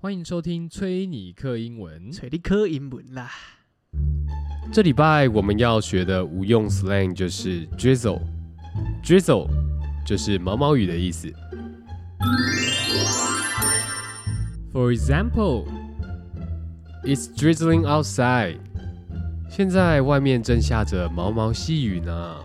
欢迎收听崔尼克英文。嗯找你考英文啦。这礼拜我们要学的无用 slang 就是 drizzle。drizzle 就是毛毛雨的意思。For example, it's drizzling outside。现在外面正下着毛毛细雨呢。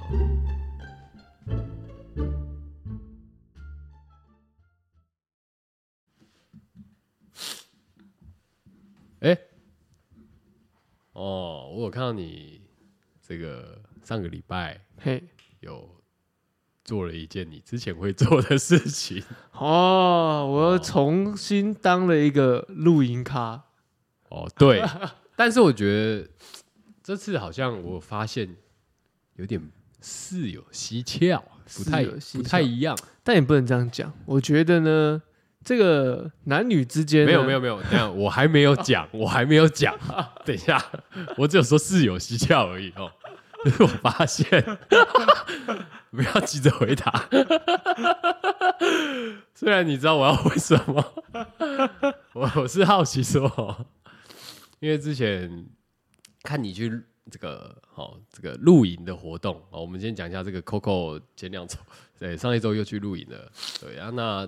哎，哦，我有看到你这个上个礼拜嘿，有做了一件你之前会做的事情。 哦，我又重新当了一个露营咖。哦，对，但是我觉得这次好像我发现有点似有蹊跷，不太似有蹊跷不太一样。但也不能这样讲。我觉得呢，这个男女之间呢没有没有没有，等一下我还没有讲，我还没有讲。等一下，我只有说似有蹊跷而已哦。 就是我发现， 不要急着回答。 虽然你知道我要问什么， 我我是好奇说，因为之前看你去这个哦这个露营的活动哦，我们先讲一下这个 Coco 前两周，对，上一周又去露营了，对啊，那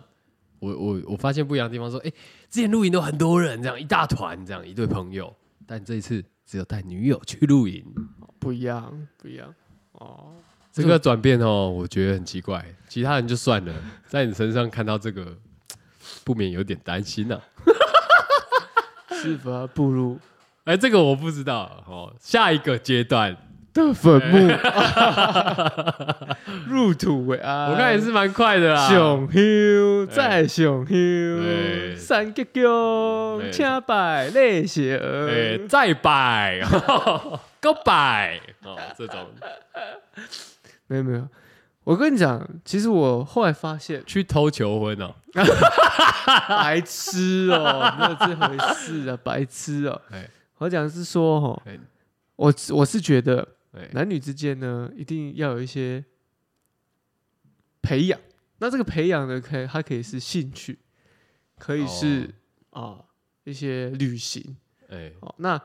我我我发现不一样的地方说，哎，之前露营都很多人，这样一大团，这样一对朋友，但这一次只有带女友去露营，不一样，不一样哦。这个转变哦，我觉得很奇怪。其他人就算了，在你身上看到这个，不免有点担心呐、啊。是否要 步入哎，这个我不知道哦。下一个阶段，的坟墓？哎 入土为安。我看也是蛮快的啦。上香，再上哎香，三鞠哎躬，请拜泪血哎儿，。再摆， 够摆哦，这种没有没有，我跟你讲，其实我后来发现去偷求婚哦。白痴 哦，没有这回事啊，白痴哦。哎我讲是说哦哎，我我是觉得哎男女之间呢，一定要有一些培养。那这个培养呢，可以它可以是兴趣，可以是哦啊、一些旅行。哎，哦，那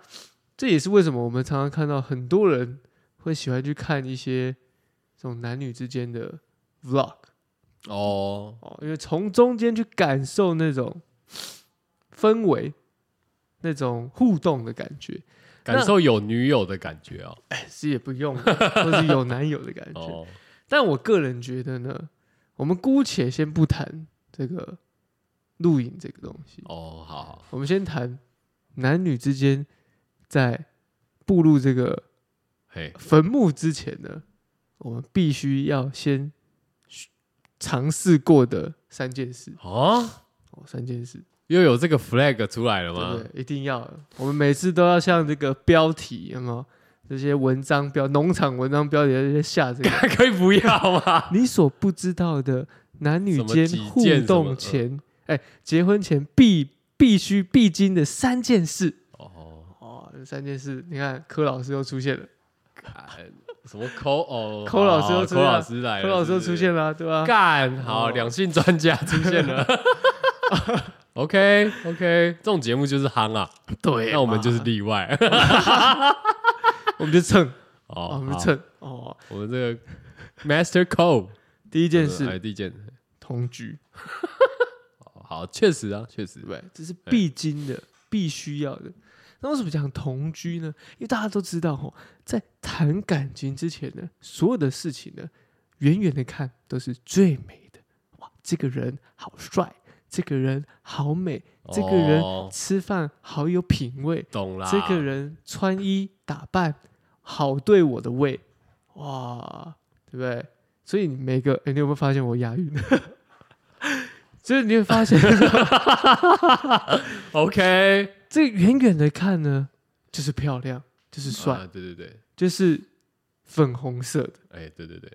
这也是为什么我们常常看到很多人会喜欢去看一些这种男女之间的 vlog 哦，哦，因为从中间去感受那种氛围、那种互动的感觉，感受有女友的感觉哦。哎，是也不用，或是有男友的感觉。哦，但我个人觉得呢，我们姑且先不谈这个录影这个东西，哦，好好，我们先谈男女之间在步入这个嘿，坟墓之前呢，我们必须要先尝试过的三件事哦，哦，三件事，又有这个 flag 出来了对吗不？对？一定要的，我们每次都要像这个标题，有没有？这些文章标、农场文章标题这些下 这个可以不要 吗？你所不知道的男女间什么互几件什么动前，哎、结婚前必必须必经的三件事哦，哦，这三件事，你看柯老师又出现了，干什么抠哦，抠老师又抠出现了老师来了，柯老师又出现了，了啊，对吧、哎干好哦两性专家出 现了。OK OK，这种节目就是夯啊，对嘛，那我们就是例外 我们就蹭，哦哦，我们好就蹭哦。我们这个 Master Code 第一件哎事第一件，同居，哦好，确实啊，确实对不，对？这是必经的，必须要的。那为什么讲同居呢？因为大家都知道哦，在谈感情之前呢，所有的事情呢，远远的看都是最美的。哇，这个人好帅，这个人好美， 这个人哦吃饭好有品味，懂啦，这个人穿衣打扮好对我的胃，哇，对不对？所以你每个，哎，你有没有发现我押韵？ 就是你会发现， OK 这个远远的看呢，就是漂亮，就是帅，啊对对对，就是粉红色的哎对对 对，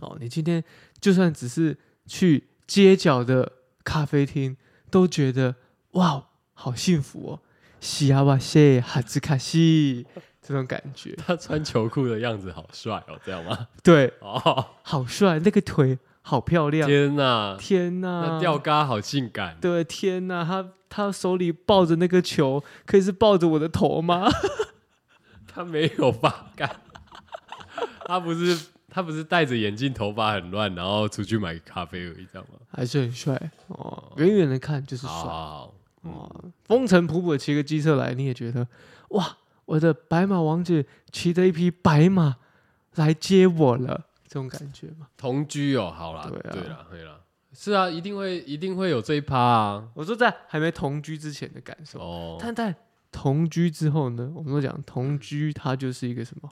哦。你今天就算只是去街角的咖啡厅，都觉得哇，好幸福哦，西啊哇塞，哈兹卡西这种感觉，他穿球裤的样子好帅哦，这样吗？对，哦，好帅，那个腿好漂亮，天哪，天呐、那吊嘎好性感，对，天呐、他他手里抱着那个球，可以是抱着我的头吗？ 他没有发干， 他不是他不是戴着眼镜，头发很乱，然后出去买咖啡而已，知道吗？还是很帅哦，远远的看就是好啊帅好好，哦。风尘仆仆的骑个机车来，你也觉得哇，我的白马王子骑着一匹白马来接我了，这种感觉嘛。同居哦，好啦，对啊对啦，对啦，是啊，一定会一定会有这一趴啊。我说在还没同居之前的感受，哦，但在同居之后呢，我们都讲同居，它就是一个什么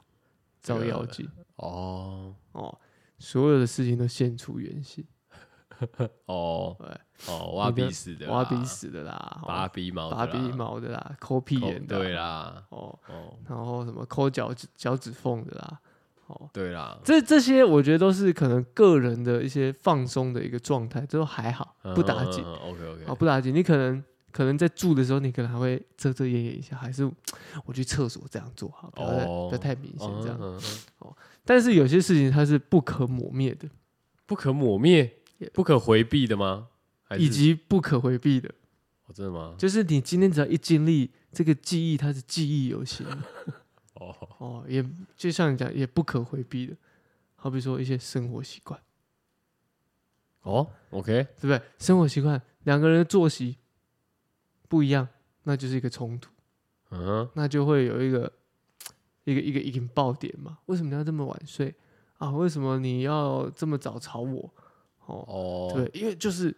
这照个妖镜哦，哦，所有的事情都现出原形，哦对，哦，挖鼻屎的啦，挖鼻屎的啦，拔哦鼻毛的啦，拔鼻毛的啦，抠屁口眼的啦，对啦，哦，哦，然后什么抠脚趾脚趾缝的啦，哦，对啦，这这些我觉得都是可能个人的一些放松的一个状态，这都还好，嗯不打紧啊、 ，OK 嗯 OK，不打紧。你可能可能在住的时候，你可能还会遮遮掩掩一下，还是我去厕所这样做好，不要再、哦不要太明显这样。嗯嗯嗯但是有些事情它是不可磨灭的，不可抹灭 Yeah、不可回避的吗？还是以及不可回避的，哦真的吗？就是你今天只要一经历这个记忆，它是记忆犹新的。哦哦，也就像你讲，也不可回避的，好比说一些生活习惯，哦，OK，对不对？生活习惯，两个人的作息不一样，那就是一个冲突，嗯哼，那就会有一个一个一个引爆点嘛。为什么你要这么晚睡啊？为什么你要这么早吵我？哦，哦，对，因为就是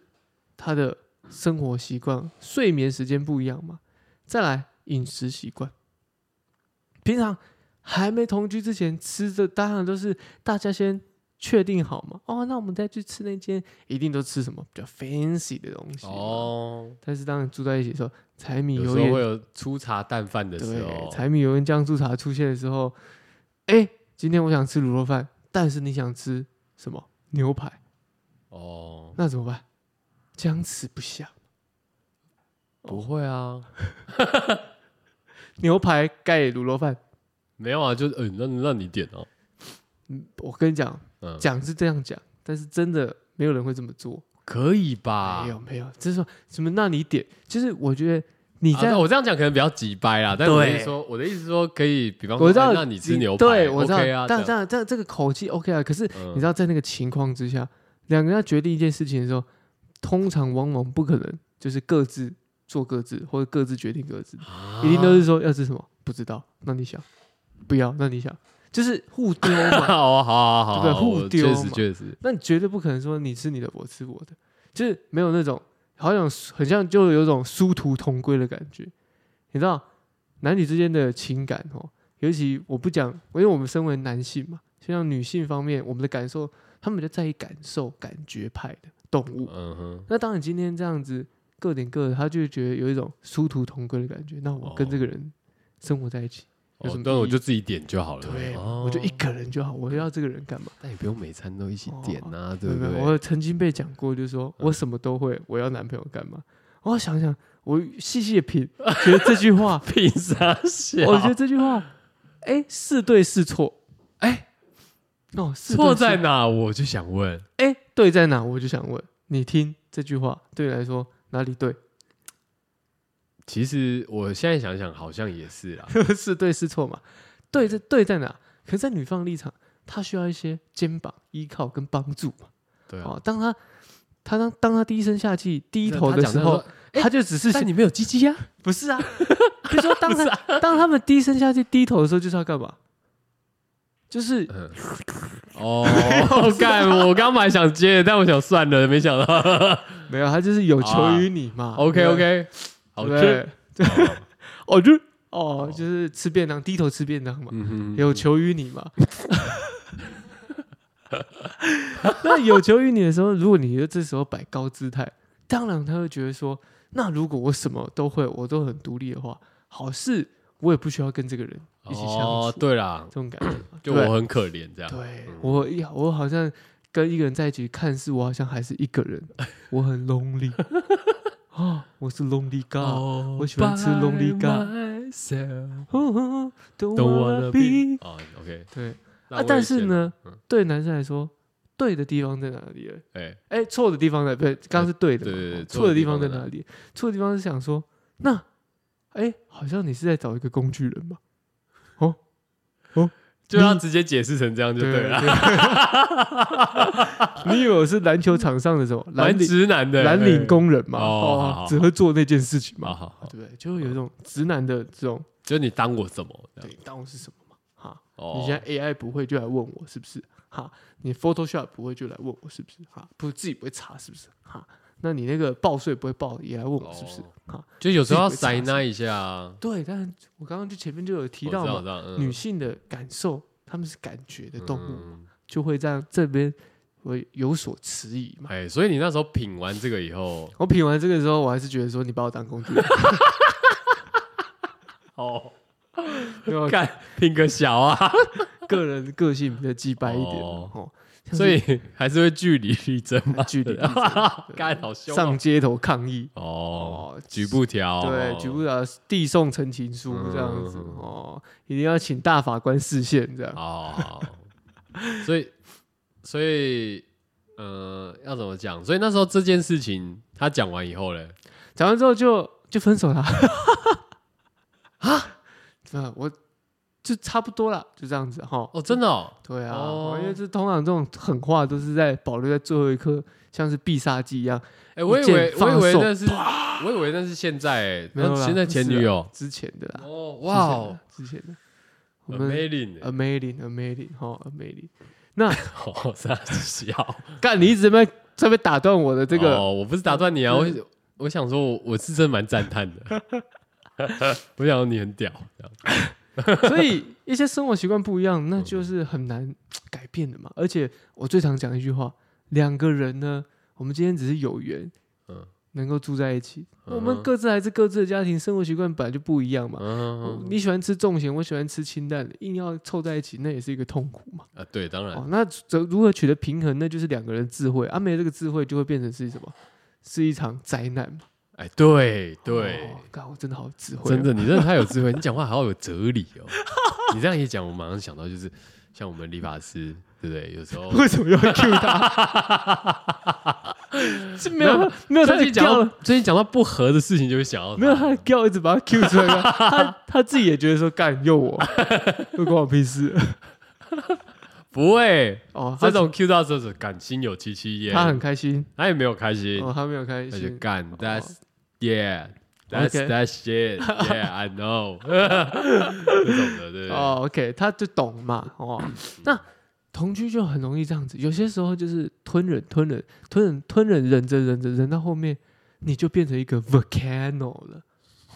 他的生活习惯、睡眠时间不一样嘛。再来饮食习惯，平常还没同居之前吃的，当然都是大家先确定好嘛。哦，那我们再去吃那间，一定都吃什么比较 fancy 的东西。哦，哦，但是当然住在一起的时候，柴米有油时候会盐有粗茶淡饭的时对，候，柴米油盐酱醋茶出现的时候，哎，今天我想吃卤肉饭，但是你想吃什么牛排，哦，那怎么办？僵持不下。不会啊，牛排盖卤肉饭。没有啊，就是嗯，让让你点哦，嗯，我跟你讲，嗯，讲是这样讲，但是真的没有人会这么做。可以吧没？有没有，就是说什么那你点，就是我觉得你啊在、那我这样讲可能比较急掰啦，但是我的对意思说，我的意思是说可以，比方说，我知道哎那你吃牛排，对我知道 OK 啊，但这样但但这个口气 OK 啊。可是嗯你知道，在那个情况之下，两个人要决定一件事情的时候，通常往往不可能就是各自做各自，或者各自决定各自，啊一定都是说要吃什么不知道，那你想不要，那你想就是互丢嘛。好啊 好啊好啊对好啊，不对我互丢确实嘛确实，那你绝对不可能说你吃你的，我吃我的，就是没有那种好像很像就有种殊途同归的感觉。你知道男女之间的情感哦，尤其我不讲，因为我们身为男性嘛，就像女性方面，我们的感受，他们就在意感受、感觉派的动物。嗯哼，那当你今天这样子各点各的，他就会觉得有一种殊途同归的感觉。那我跟这个人生活在一起，有什哦么但我意义就自己点就好了，对，哦我就一个人就好，我要这个人干嘛？但也不用每餐都一起点呐、对没不有哦没对？有，我曾经被讲过，就是说嗯，我什么都会，我要男朋友干嘛？我想想，我细细的品，觉得这句话 凭啥笑我觉得这句话，哎、是对是错？哎，哦，是对错是在哪？我就想问，哎、对在哪？我就想问你听这句话对你来说哪里对？ 其实我现在想想，好像也是啦。是对是错嘛？对在对在哪？可是在女方立场，她需要一些肩膀依靠跟帮助嘛。对啊，哦，当她她当当她第一声下气、低头的他讲时这样候说，，哎她就只是想但你没有鸡鸡呀、不是啊， 就说当他、啊当他们低声下气低头的时候，就是要干嘛？就是嗯，哦， 我干，我刚本来想接，但我想算了，没想到。哦没有，他就是有求于你嘛。啊 OK OK，好啊对不吃对，好 哦就哦就是吃便当低头吃便当嘛，嗯哼有求于你嘛。 那有求于你的时候，如果你就这时候摆高姿态，当然他会觉得说，那如果我什么都会，我都很独立的话，好事我也不需要跟这个人一起相处，哦，对啦这，种感觉嘛，就对我很可怜这样。对啊嗯我呀，我好像跟一个人在一起，看似我好像还是一个人， 我很 lonely 啊，我是 lonely guy。哦我喜欢吃 Lonely by myself， Don't ，Don't wanna wanna be be。啊，OK，对那我啊也，但是先，呢嗯，对男生来说，对的地方在哪里了？哎，哎，错的地方在不对，刚刚是对的嘛，对对对哦错错的的地地方方在在哪哪里？错的地方是想说，那，哎，好像你是在找一个工具人嘛？就要直接解释成这样就对对了，对 你以为我是篮球场上的什么蓝蛮领直男的蓝领，工人嘛？哦好哦好，只会做那件事情哎好嘛？好好，对不对？就会有一种直男的这种，就你当我什么？这样对，当我是什么嘛？哈，哦，你现在 AI 不会就来问我是不是？哈，你 Photoshop 不会就来问我是不是？哈，不自己不会查是不是？哈，那你那个报税不会报也来问我是不是哦？哈，就有时候要自己会塞查那一下啊，对，但是我刚刚就前面就有提到我嘛知，道我知道嗯女性的感受，她们是感觉的动物，嗯就会让这边会有所迟疑嘛。哎，所以你那时候品完这个以 后，我品完这个之后，我还是觉得说你把我当工具人， 哦，因为我干 品个小啊，个人个性比较鸡掰一点哦嘛哦，像所是以 还是会据理力争嘛，据理力争 干好凶哦上街头抗议哦，哦，局部条，对，举不了递送陈情书这样子、嗯哦，一定要请大法官视线这样。哦，所以所以呃，要怎么讲？所以那时候这件事情他讲完以后嘞，讲完之后就就分手了 啊？啊，我就差不多了，就这样子哈。哦，真的哦，对啊，哦因为这通常这种狠话都是在保留在最后一刻，像是必杀技一样。哎，我以一为剑我放以为送那是我以为那是现在欸，没有那啦现在前女友之前的啦，哦，哇哦哦，之前的我们，amazing，欸 amazing，amazing 哈，amazing。 好 呃傻笑。干，你一直在那边在那边打断我的 这个，哦，我不是打断你啊，我嗯我想说我，我是真的蛮赞叹 的，我想说你很屌，这样 所以一些生活习惯不一样，嗯那就是很难改变的嘛。而且我最常讲一句话：两个人呢，我们今天只是有缘，嗯能够住在一起，嗯哼我们各自还是各自的家庭，生活习惯本来就不一样嘛。嗯你喜欢吃重咸，我喜欢吃清淡的，硬要凑在一起，那也是一个痛苦嘛。啊，对，当然哦，那怎如何取得平衡，那就是两个人智慧。啊，没有这个智慧，就会变成是什么？是一场灾难嘛。哎，对对哦，啊干、我真的好有智慧、真的，，你真的太有智慧，你讲话好有哲理哦。 你这样一讲，我马上想到就是像我们理发师，对不对？有时候 为什么要 Q 他？ 是没有没有他最的近讲到调，最近讲到不合的事情，就会想到没有他的调一直把他 Q 出来， 他他自己也觉得说干又我， 又关我屁事。不会哦，他这种 Q 到这种感心有戚戚焉，他很开心，他也没有开心，哦，他没有开那就心。干，That's yeah。That's OK that shit. Yeah, I know. 这种的，对。哦，OK，他就懂嘛，哦，那同居就很容易这样子，有些时候就是吞忍、吞忍、吞忍、吞忍，忍着忍着，忍到后面你就变成一个 volcano 了，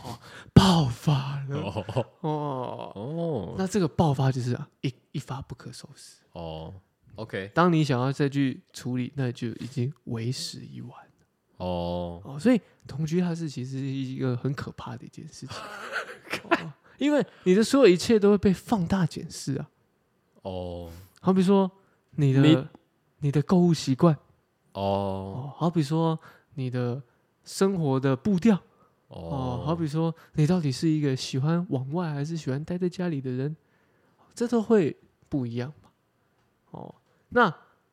哦，爆发了，哦哦，哦那这个爆发就是啊，一一发不可收拾。哦，OK，当你想要再去处理，那就已经为时已晚哦，哦。所以同居它是其实是一个很可怕的一件事情，哦因为你的所有一切都会被放大检视啊。哦，好比说你的你你的购物习惯哦，哦，好比说你的生活的步调哦，好哦，比说你到底是一个喜欢往外还是喜欢待在家里的人，哦这都会不一样嘛。哦，那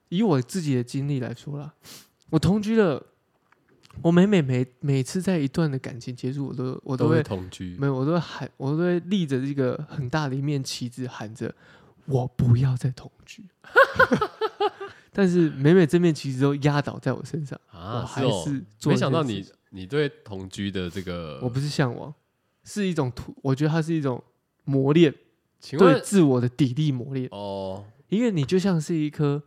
以我自己的经历来说啦，我同居了，我每每每每次在一段的感情结束，我都我都都会会同居没有，我都会喊，我都会立着这个很大的一面旗帜，喊着我不要再同居。 但是每每这面旗帜都压倒在我身上，我啊，还哦是做没这想到件事你你对同居的这个，我不是向往，是一种突，我觉得它是一种磨练，请对问自我的砥砺磨练。哦，因为你就像是一颗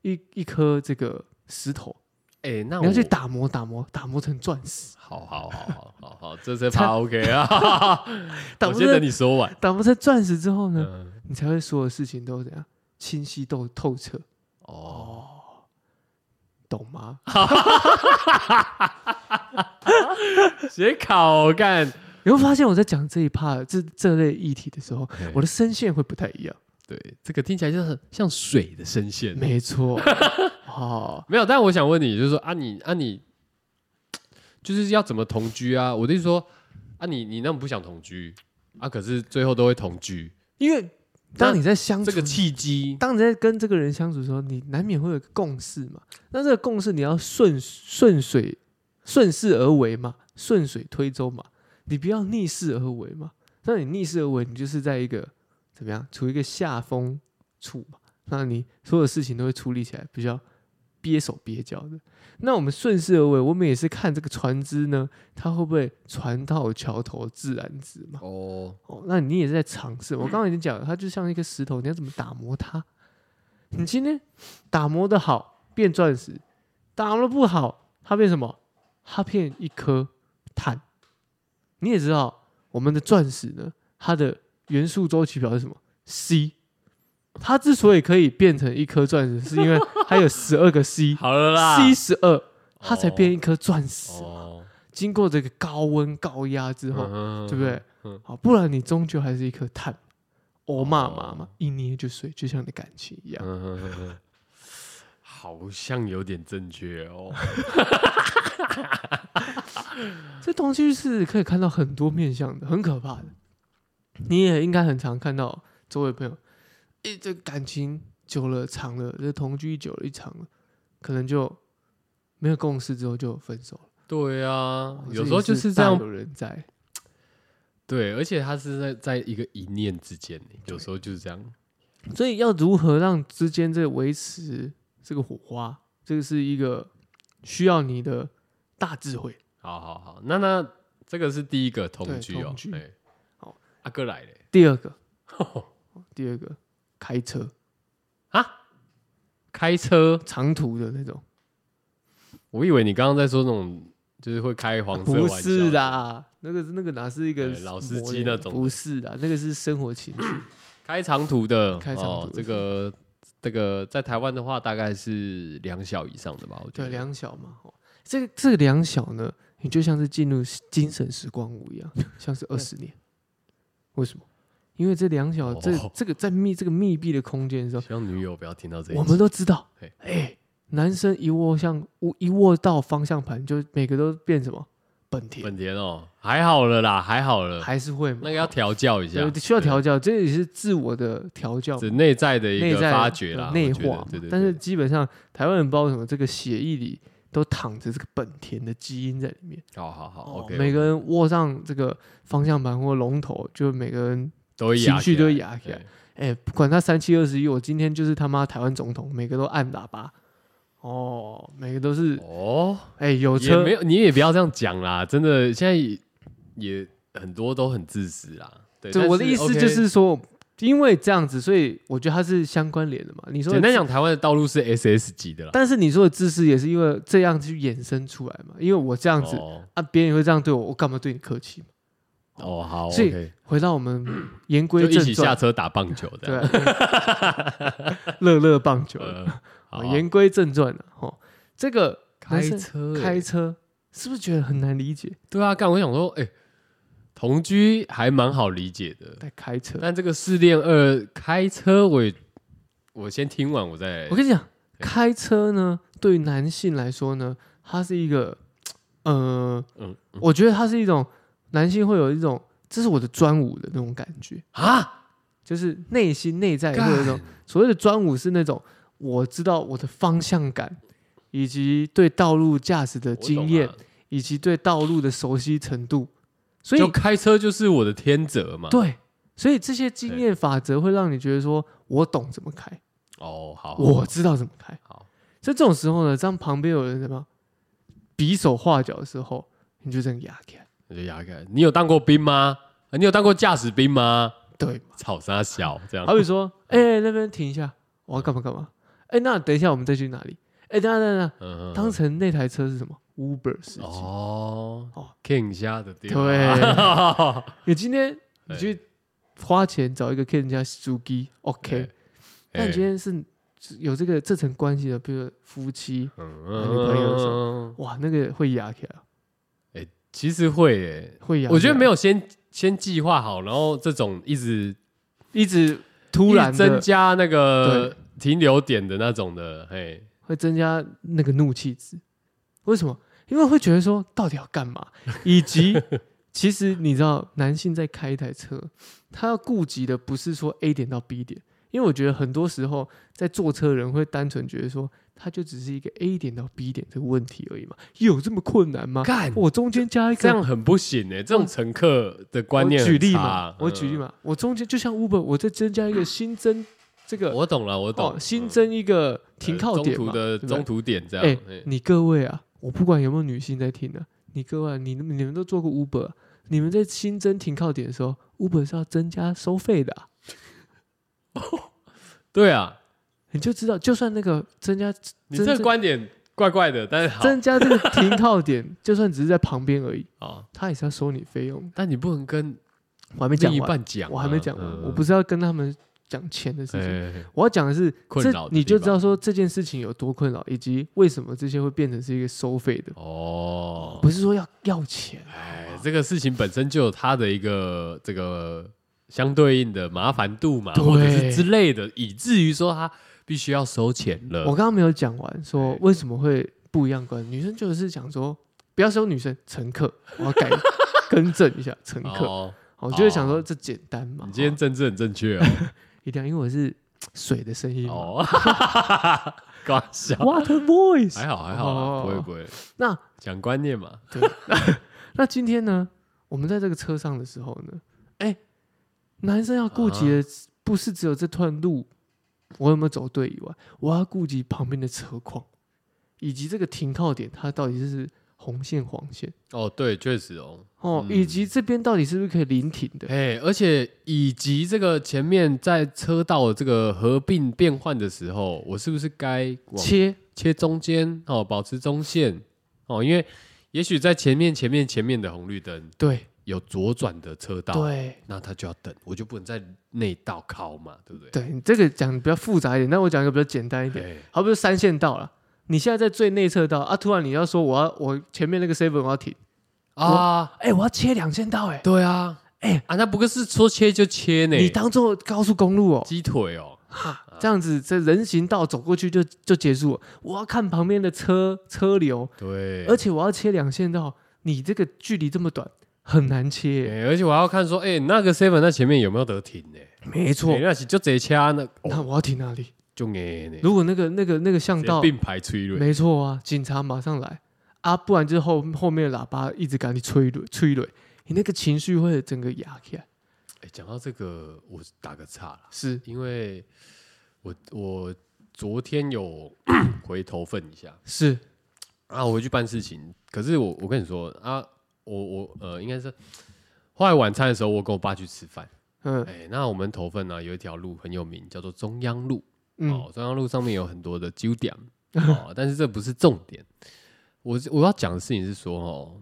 一一颗这个石头，哎，那你要我去打磨打磨，打磨成钻石，好好好好好好，这次怕 OK 啊，打我磨先等成你说完，打磨成钻石之后呢，嗯，你才会所有事情都怎样清晰透透彻。哦，懂吗？写考干，你会发现我在讲这一 part 这这类议题的时候，我的声线会不太一样。对这个听起来就是像水的声线，没 错，哦，没有，但我想问你，就是说啊你，啊你，就是要怎么同居啊？我的意思说，啊你，你那么不想同居啊，可是最后都会同居，因为当你在相处这个契机，当你在跟这个人相处的时候，你难免会有一个共识嘛。那这个共识你要顺顺水顺势而为嘛，顺水推舟嘛，你不要逆势而为嘛。那你逆势而为，你就是在一个怎么样处于一个下风处嘛。那你所有事情都会处理起来比较憋手憋脚的。那我们顺势而为，我们也是看这个船只呢，它会不会船到桥头自然直嘛。哦，哦，那你也是在尝试。我嗯刚刚已经讲了，它就像一个石头，你要怎么打磨它？你今天打磨的好变钻石，打磨的不好它变什么？它变一颗碳。你也知道，我们的钻石呢，它的元素周期表是什么？C。它之所以可以变成一颗钻石，是因为它有十二个 C，C 好了啦，十二，它才变一颗钻石。哦，经过这个高温高压之后，嗯对不对？嗯好，不然你终究还是一颗碳。哦嘛嘛嘛哦，一捏就碎，就像你的感情一样。嗯嗯嗯嗯好像有点正确 哦。这东西是可以看到很多面相的，很可怕的。你也应该很常看到周围朋友，诶，这感情久了长了，这同居久了一长了，可能就没有共识之后就分手了。对啊，有时也候就是这样大。有人在，对，而且他是在在一个一念之间，有时候就是这样。所以要如何让之间这个维持这个火花，这个是一个需要你的大智慧。好好好，那那这个是第一个同对居哦同居。哎好，阿哥来嘞。第二个，哦第二个开车啊，开车？长途的那种，我以为你刚刚在说那种，就是会开黄色不玩笑。是啦，那个那个哪是一个对老司机磨练那种的不是啦，那个是生活 情趣，开长途的，开长途哦的这个这个在台湾的话，大概是两小以上的吧，我觉对，得。两小嘛，哦这个这个两小呢，你就像是进入精神时光屋一样，像是二十年，为什么？因为这两小这哦这个在密这个密闭的空间的时候，希望女友不要听到这一我们集。都知道嘿，哎，男生一握像一握到方向盘，就每个都变什么本田，本田哦，还好了啦，还好了，还是会嘛那个要调教一下对，需要调教，这也是自我的调教对，，是内在的一内个在发掘啦，呃内我觉得化嘛对对，但对是基本上台湾人不知道为什么这个血液里都躺着这个本田的基因在里面。好好好哦，OK，每个人握上这个方向盘或龙头，就每个人都会情压绪起来都会压起来对哎、不管他三七二十一，我今天就是他妈台湾总统，每个都按喇叭。哦，每个都是哦，哎、有也车没有，你也不要这样讲啦，真的，现在也也很多都很自私啦。对，对但我的意思 OK，就是说，因为这样子，所以我觉得它是相关联的嘛。你说简的单讲，台湾的道路是 SS 级的啦。但是你说的自私也是因为这样去衍生出来嘛，因为我这样子、哦，啊，别人也会这样对我，我干嘛对你客气嘛？哦好所以，OK，回到我们言嗯就归一正起下传，车打棒球的。对， 乐乐棒球。呃，好啊好言归正传了、啊，吼，这个开男生车欸开车是不是觉得很难理解？对啊，干我想说，哎，同居还蛮好理解的，在开车，但这个试恋二开车，我也我先听完我再我。跟你讲，开车呢，对于男性来说呢，它是一个，呃，嗯我觉得它是一种男性会有一种这是我的专武的那种感觉，啊，就是内心内在会有一种所谓的专武是那种我知道我的方向感，以及对道路驾驶的我懂经验啊，以及对道路的熟悉程度。所就以开车就是我的天择嘛。对，所以这些经验法则会让你觉得说我懂怎么开，哦，好，我知道怎么开。好，所以这种时候呢，当旁边有人什么比手画脚的时候，你就这样压起来，我就压开。你有当过兵吗？啊你有当过驾驶兵吗？对嘛？草沙小这样好。比说，哎、那边停一下，我要干嘛干嘛？哎、那等一下我们再去哪里？哎、等一下等一下等一嗯下，当成那台车是什么？Uber 司机。哦哦，King 虾的地方。 对你今天你对去花钱找一个客人家 Suki，OK，对但你今天是有这个这层关系的，比如夫妻，嗯嗯女朋友是哇，那个会压起来，其实会耶，会压。我觉得没有有先先计划好，然后这种一直一直突一然直地增加那个停留点的那种的，嘿，会增加 那个怒气值。为什么？因为会觉得说到底要干嘛，以及其实你知道，男性在开一台车，他要顾及的不是说 A 点到 B 点，因为我觉得很多时候在坐车的人会单纯觉得说，他就只是一个 A 点到 B 点这个问题而已嘛，有这么困难吗？干我中间加一个这样很不行哎、这种乘客的观念我很举例差嗯嘛，我举例，嘛，我中间就像 Uber，我再增加一个新增这嗯个我懂了，我懂，哦，新嗯增一个停呃靠点中嘛途的对不对中途点这样，哎哎你各位啊，我不管有没有女性在听啊，你各位啊、你你们都做过 Uber，你啊们在新增停靠点的时候，Uber 是要增加收费的啊、对啊，你就知道，就算那个增加你真这个正观点怪怪的，但是好增加这个停靠点， 就算只是在旁边而已，啊，他也是要收你费用的。但你不能跟我还没另讲一完，半讲啊，我还没讲完，嗯我不是要跟他们讲钱的事情，哎我要讲的是，困这扰的你就地知道方说这件事情有多困扰，以及为什么这些会变成是一个收费的，哦，不是说要要钱。哎，这个事情本身就有它的一个这个相对应的麻烦度嘛，对或者是之类的，以至于说他必须要收钱了。我刚刚没有讲完，说呃哎为什么会不一样观点。女生就是讲说，不要收女生乘客，我要 改更正一下乘客。哦，我就是想说哦这简单嘛，你今天哦政治很正确哦。一定要因为我是水的声音嘛。哦， 搞笑， Water voice。还好还好啦，哦不会不会。那讲观念嘛，那今天呢，我们在这个车上的时候呢，哎、男生要顾啊及的不是只有这段路我有没有走对以外，我要顾及旁边的车况，以及这个停靠点它到底是红线、黄线哦，对，确实哦，哦，嗯以及这边到底是不是可以临停的。哎，而且以及这个前面在车道的这个合并变换的时候，我是不是该往切，切中间哦，保持中线哦，因为也许在前面、前面、前面的红绿灯对有左转的车道，对那他就要等，我就不能在内道靠嘛，对不对？对，你这个讲得比较复杂一点，那我讲一个比较简单一点，对，好比如三线道了，你现在在最内侧道啊，突然你要说我要我前面那个 seven 我要停，啊，哎、我要切两线道、哎，对啊，哎啊，那不过是说切就切呢，你当做高速公路哦、鸡腿哦，这样子这人行道走过去就就结束了。我要看旁边的车车流，对，而且我要切两线道，你这个距离这么短，很难切、哎而且我还要看说，哎，那个 seven 那前面有没有得停呢？没错哦哎，那是就这掐那那我要停哪里？就哎呢，如果那个那个那个巷直接道，并排催泪，没错啊，警察马上来啊，不然就是后后面的喇叭一直赶你催泪催泪，你那个情绪会整个压起来。哎，讲到这个，我打个岔啦。是因为我我昨天有回头份一 下是，啊，我回去办事情。可是我我跟你说啊，我我呃，应该是后来晚餐的时候，我跟我爸去吃饭。嗯哎、那我们头份呢、有一条路很有名，叫做中央路。嗯哦，中央路上面有很多的酒 点哦，但是这不是重点。我我要讲的事情是说，哦，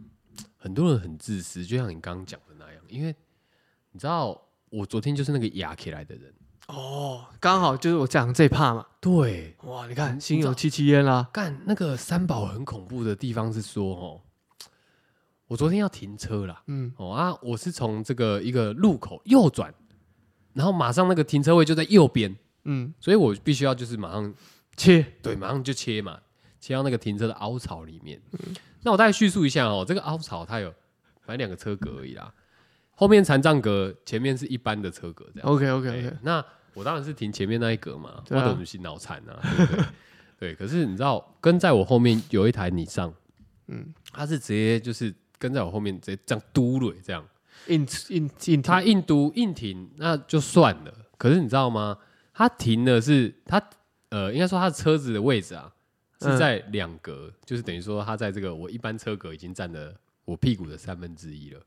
很多人很自私，就像你刚刚讲的那样，因为你知道，我昨天就是那个压起来的人。哦，刚好就是我讲这一趴嘛。对，哇，你嗯看心有戚戚焉啊啦，干那个三宝很恐怖的地方是说，哦，我昨天要停车啦，嗯哦啊，我是从这个一个路口右转，然后马上那个停车位就在右边，嗯，所以我必须要就是马上切，对，马上就切嘛，切到那个停车的凹槽里面。那我大概叙述一下哦，这个凹槽它有反正两个车格而已啦，后面残障格，前面是一般的车格这样。 OK OK OK，哦对，那我当然是停前面那一格嘛，对啊我等是脑残啊，对不对？ 对，可是你知道，跟在我后面有一台你上，嗯嗯，他是直接就是跟在我后面直接这样嘟了这样，硬硬硬他硬嘟硬停那就算了，可是你知道吗？他停的是他呃，应该说他的车子的位置啊是嗯在两格，就是等于说他在这个我一般车格已经占了我屁股的三分之一了，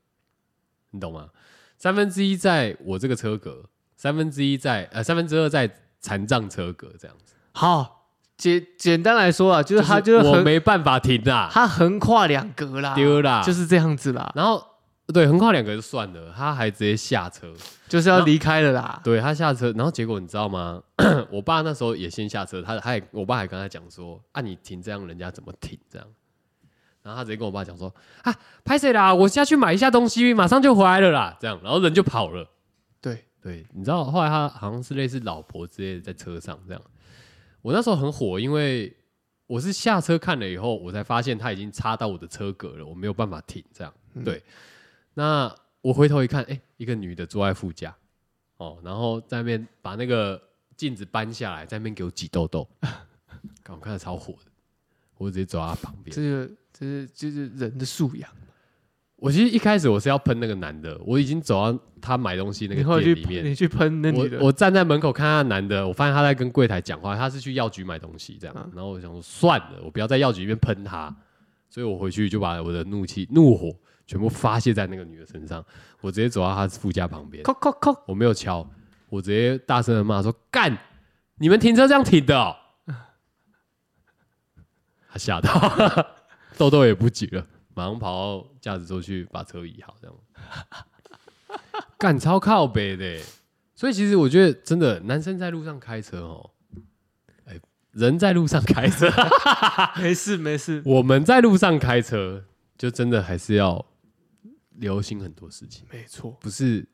你懂吗？三分之一在我这个车格，三分之一在呃三分之二在残障车格这样子，好，简简单来说啊，就是他就就是我横没办法停 啊，他横跨两格啦，丢啦，就是这样子啦，然后对横跨两格就算了，他还直接下车，就是要离开了啦。对他下车，然后结果你知道吗？ 我爸那时候也先下车，他他也我爸还跟他讲说啊，你停这样人家怎么停这样？然后他直接跟我爸讲说啊，拍谁啦？我下去买一下东西，马上就回来了啦，这样，然后人就跑了。对，对，你知道后来他好像是类似老婆之类的在车上这样。我那时候很火，因为我是下嗯车看了以后，我才发现他已经插到我的车格了，我没有办法停这样。对，那我回头一看，哎、一个女的坐在副驾，哦，然后在那边把那个镜子搬下来，在那边给我挤痘 痘，看我看的超火的，我直接走到她旁边。这个这是就是人的素养。我其实一开始我是要喷那个男的，我已经走到他买东西那你后个来去店里喷面，你去喷那女的，我我站在门口看他男的，我发现他在跟柜台讲话，他是去药局买东西这样，嗯然后我想说算了，我不要在药局里面喷他，所以我回去就把我的怒气怒火全部发泄在那个女的身上，我直接走到她副驾旁边，扣扣扣，我没有敲，我直接大声的骂说干，你们停车这样停的、哦， 他吓到， 痘痘也不挤了，马上跑到驾驶座去把车移好，这样， 干超靠北的欸，所以其实我觉得真的男生在路上开车哦，哎、人在路上开车， 没事没事，我们在路上开车，就真的还是要留心很多事情，没错，不是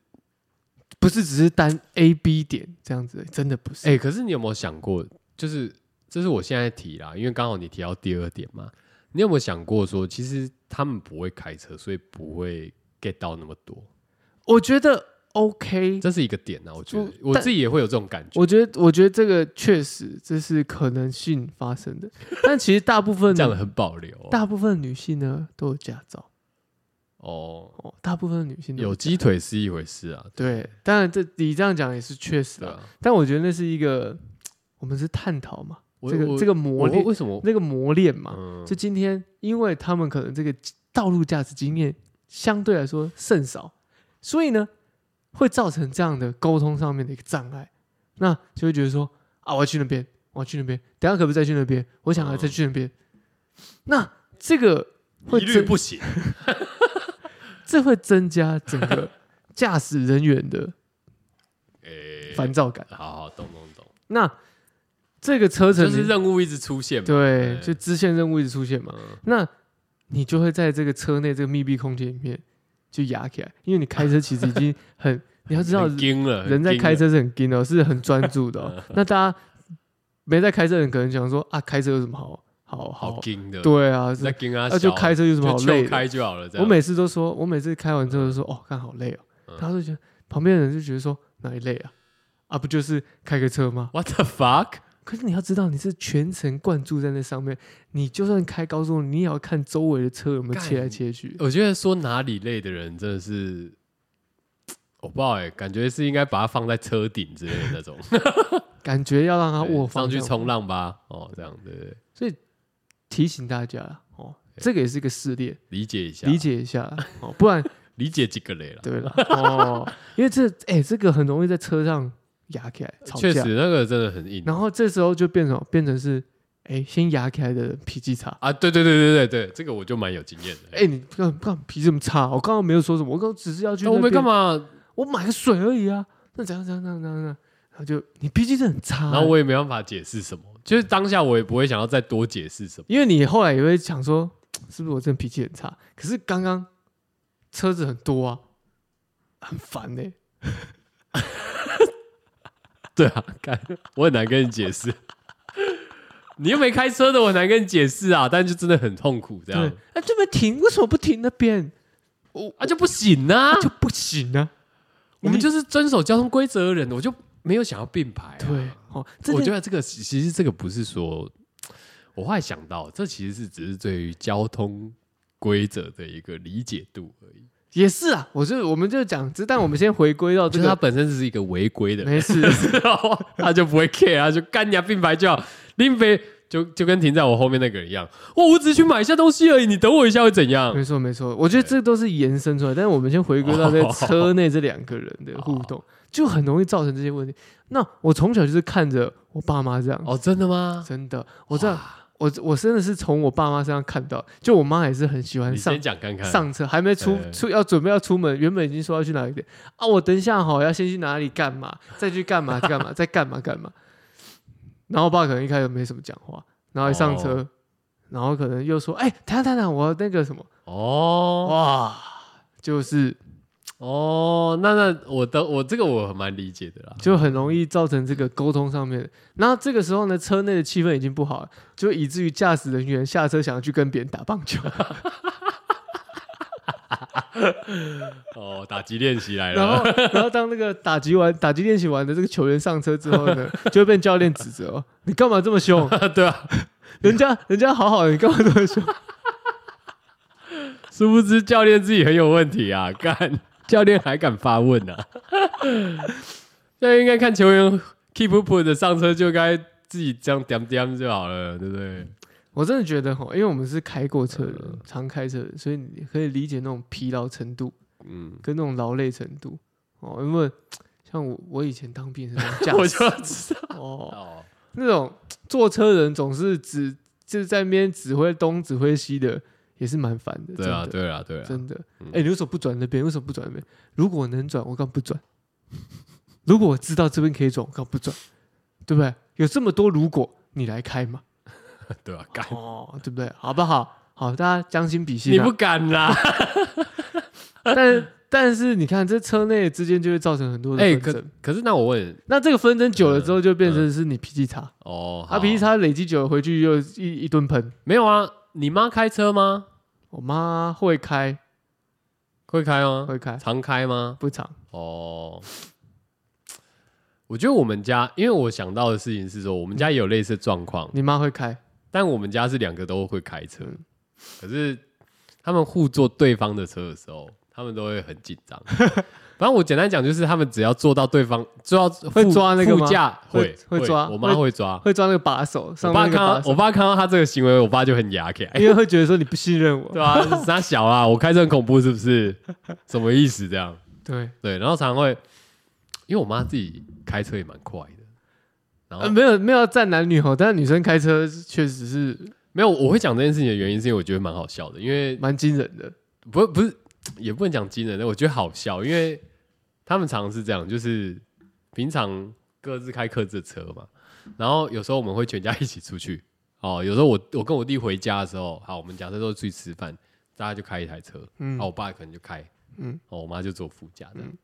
不是只是单 A B 点这样子，真的不是。哎、可是你有没有想过，就是这是我现在提啦，因为刚好你提到第二点嘛，你有没有想过说，其实他们不会开车，所以不会 get 到那么多，我觉得 OK，这是一个点啊。我觉得就我但自己也会有这种感觉，我觉得我觉得这个确实这是可能性发生 的，但其实大部分讲的很保留哦大部分女性呢都有驾照哦。哦，大部分女性都有驾照鸡腿是一回事啊，对，当然这你这样讲也是确实对的，啊。但我觉得那是一个我们是探讨嘛，我这个我这个磨我会练为什么？那个磨练嘛，嗯，就今天，因为他们可能这个道路驾驶经验相对来说甚少，所以呢，会造成这样的沟通上面的一个障碍。那就会觉得说啊，我要去那边，我要去那边，等一下可不可以再去那边？我想要再去那边。嗯那这个会一律增，不行。这会增加整个驾驶人员嗯的 哎，烦躁感。好好懂懂懂，那这个车程就是任务一直出现嘛。对哎，就支线任务一直出现嘛。嗯那你就会在这个车内这个密闭空间里面就压起来，因为你开车其实已经 很，你要啊知道很惊了，很啊嗯人在惊开了，车是很紧哦，是很专注 的、哦。那大家没在开车的人可能想说啊，开车有什么好好好好？惊的，，对啊，在是惊啊，那就小开车有什么好就累就的？开就好了。这我样每次都说，我每次开完之后就说哦，看好累哦。嗯然后就觉得旁边的人就觉得说哪里累啊？啊，不就是开个车吗？ What the fuck？可是你要知道，你是全程灌注在那上面，你就算开高速，你也要看周围的车有没有干切来切去。我觉得说哪里累的人真的是，我不知道哎、感觉是应该把它放在车顶之类的那 种，感觉要让他对握方 上去向冲浪吧，哦，这样对不对？提醒大家啦哦，对这个也是一个试炼，理解一下，理解一下啦哦，不然理解几个累了。 对了哦，因为这哎、这个很容易在车上压起来吵确架，实，那个真的很硬然后这时候就变成变成是哎、先压起来的人脾气差。啊！对对对对对对，这个我就蛮有经验的。哎、你不干干脾气这么差？我刚刚没有说什么，我刚刚只是哎要去、那哎哦我们干？嘛？我买个水而已啊。那怎样怎样怎样怎样？怎样然后就你脾气真的很差、啊然后我也没办法解释什么，就是当下我也不会想要再多解释 什么。因为你后来也会想说，是不是我真的脾气很差？可是刚刚车子很多啊，很烦欸呢、对啊，干，我很难跟你解释。你又没开车的，我很难跟你解释啊。但就真的很痛苦，这对，样啊，这边停，为什么不停那边？我啊就不行啊，就不行啊。我们就是遵守交通规则的人，我就没有想要并排、啊。对，，哦，这我件觉得这个其其实这个不是说，我后来想到，这其实是只是对于交通规则的一个理解度而已，也是啊。我就我们就讲，只但我们先回归到就哦这是他个，本身只是一个违规的人，没事， 他就不会 care，他就干你啊并排就好，林飞就就跟停在我后面那个人一样，哦，我只是去买一下东西而已，你等我一下会怎样？没错没错。我觉得这都是延伸出来，但是我们先回归到这哦车内这两个人的互动，就很容易造成这些问题。那我从小就是看着我爸妈这样，哦，真的吗？真的，我这我我真的是从我爸妈身上看到，就我妈也是很喜欢你上先讲看看。上车，还没出哎出要准备要出门，原本已经说要去哪里的啊，我等一下好要先去哪里干嘛，再去干嘛干嘛，再干嘛干嘛。然后我爸可能一开始没什么讲话，然后一上车，然后可能又说：“哎、等一下等一下，我那个什么，哦哇，就是哦，那那我的我这个我蛮理解的啦。就很容易造成这个沟通上面的。然后这个时候呢，车内的气氛已经不好了，就以至于驾驶人员下车想要去跟别人打棒球。哦，打击练习来然了，后，然后当那个打击完、打击练习完的这个球员上车之后呢， 就会被教练指责、哦：“你干嘛这 么凶？对啊，人家人家好好的，你干嘛这么凶 殊不知教练自己很有问题啊， 干教练还敢发问 啊？教练应该看球员 keep up 的上车就该自己这样点点就好了，对不对？？”我真的觉得哈，因为我们是开过车的人，常开车的人，所以你可以理解那种疲劳程度嗯，跟那种劳累程度哦。因为像我，我以前当兵是那种 驾我驶就知哦，道，那种坐车人总是指就是在那边指挥东指挥西的，也是蛮烦的。对啊，真的对啊，对啊，真的。哎、嗯你为什么不转那边？为什么不转那边？如果我能转，我干嘛不转？ 如果我知道这边可以转，我干嘛不转？对不对？有这么多如果，你来开嘛？对啊，干 哦，对不对？好不好？好，大家将心比心、啊。 你不敢啦？ 但但是你看，这车内之间就会造成很多的哎，纷可争。可是那我问那这个纷争久了之后，就变成是你脾气差，哦，啊，好脾气差累积久了，回去又一一顿喷。没有啊？你妈开车吗？我妈会开，会开吗？会开，常开吗？不长。哦，我觉得我们家，因为我想到的事情是说，我嗯们家也有类似的状况，你妈会开，但我们家是两个都会开车嗯，可是他们互坐对方的车的时候，他们都会很紧 张。反正我简单讲，就是他们只要坐到对方，坐到会副抓那个吗副驾，会会会抓我妈会抓。会抓那个把手，上我爸面那看个到把手我，爸看到他这个行为，我爸就很牙起来， 因为会觉得说你不信任我。对啊，傻小啊，我开车很恐怖是不是？什么意思这样？对，对，然后常常会，因为我妈自己开车也蛮快的，然后、呃，没有没有站男女吼，但是女生开车确实是没有我会讲这件事情的原因，是因为我觉得蛮好笑的，因为蛮惊人的。不不是也不能讲惊人的，我觉得好笑，因为他们常常是这样，就是平常各自开各自的车嘛，然后有时候我们会全家一 起出去，哦，有时候我我跟我弟回家的时候，好，我们假设都出去吃饭，大家就开一台车，嗯啊，，我爸可能就开，嗯哦，我妈就坐副驾这样。嗯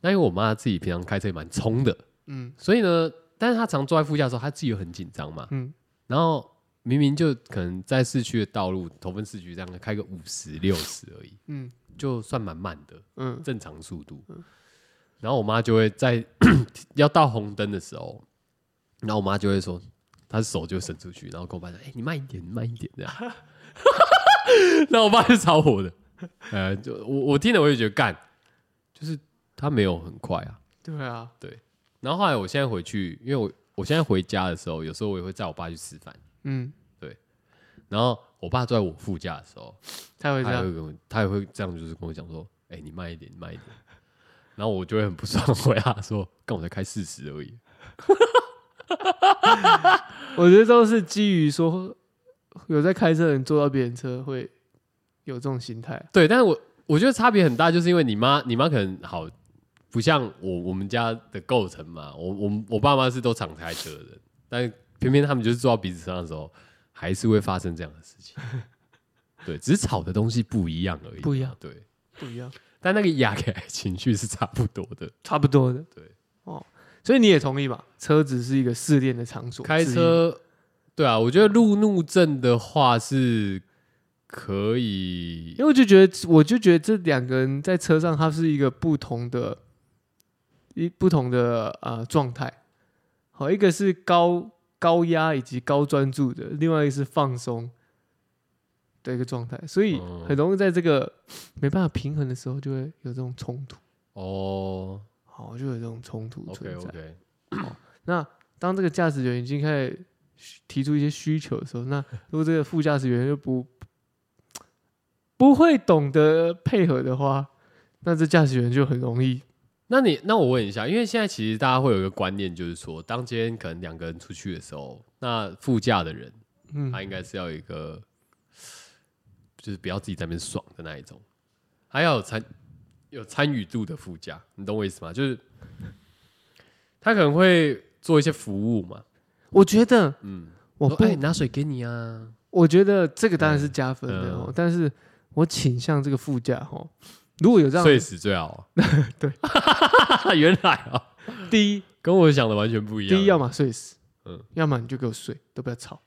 那因为我妈自己平常开车也蛮冲的，嗯所以呢，但是她常坐在副驾的时候，她自己又很紧张嘛。嗯，然后明明就可能在市区的道路，投奔市区这样开个五十六十而已，嗯就算蛮慢的，嗯正常速度。然后我妈就会在 要到红灯的时候，然后我妈就会说，她手就伸出去，然后跟我爸讲：“哎、你慢一点，你慢一点。”这样。 然后我爸就超火的，呃，就我我听了我也觉得干，就是他没有很快啊。对啊，然后后来我现在回去，因为我我现在回家的时候，有时候我也会载我爸去吃饭，嗯，然后我爸坐在我副驾的时候，才会这他也样。会跟我，他也会这样，就是跟我讲说：“哎、你慢一点，你慢一点。”然后我就会很不爽， 回答说：“干，我才开四十而已。我觉得都是基于说有在开车的人坐到别人车会有这种心态”。啊对，但是我我觉得差别很大，就是因为你妈，你妈可能好不像我我们家的构成嘛，我我我爸妈是都常开车的人，但偏偏他们就是坐到彼此身上的时候，还是会发生这样的事 情。对，只是吵的东西不一样而已，不一样。对，不一样，但那个雅给情绪是差不多的。差不多的。对，哦，所以你也同意吧？车子是一个试炼的场所，开之一，车，对啊，我觉得路怒症的话是可以因为我就觉得，我就觉得这两个人在车上，他是一个不同的，一不同的呃状态。好，一个是高高压以及高专注的，另外一个是放松的一个状态，所以嗯很容易在这个没办法平衡的时候，就会有这种冲突。哦。好，就有这种冲突存 OK 在。 OK，那当这个驾驶员已经开始需提出一些需求的时候，那 如果这个副驾驶员又不不会懂得配合的话，那这驾驶员就很容易，那你那我问一下，因为现在其实大家会有一个观念，就是说，当今天可能两个人出去的时候，那副驾的人嗯，他应该是要有一个，就是不要自己在那边爽的那一种，还要有参有参与度的副驾，你懂我意思吗？就是他可能会做一些服务嘛，我觉得嗯，我说不，哎、拿水给你啊，我觉得这个当然是加分的哦，嗯但是我倾向这个副驾哦，如果有这样，睡死最好。啊 对，原来啊，第一跟我想的完全不一样。第一要么睡死，嗯要么你就给我睡，都不要吵，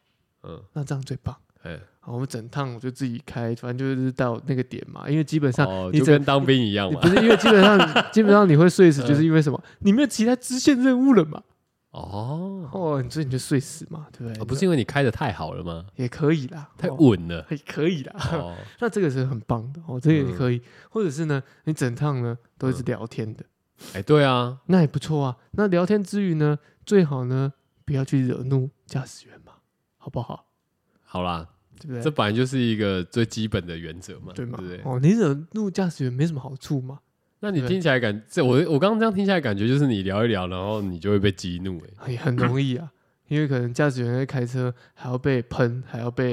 嗯，那这样最棒。哎，好，我们整趟我就自己开，反正就是到那个点嘛，因为基本上哦，你就整跟当兵一样你嘛不。是因为基 本上基本上你会睡嗯死，就是因为什么？你没有其他支线任务了嘛？哦，哦，你所以你就睡死嘛，对不对？哦不是因为你开的太好了吗？也可以啦，太哦稳 了。也可以啦。哦，那这个是很棒的哦，这个嗯也可以，或者是呢，你整趟呢都一直聊天的，哎，对啊，那也不错啊。那聊天之余呢，最好呢不要去惹怒驾驶员嘛，好不好？好啦，对不对？这本来就是一个最基本的原则嘛，对不嘛？对？哦，你惹怒驾驶员没什么好处嘛。那你对听起来感，这我我刚刚这样听起来感觉就是你聊一聊，然后你就会被激怒，哎，也很容易啊，因为可能驾驶员在开车，还要被喷，还要 被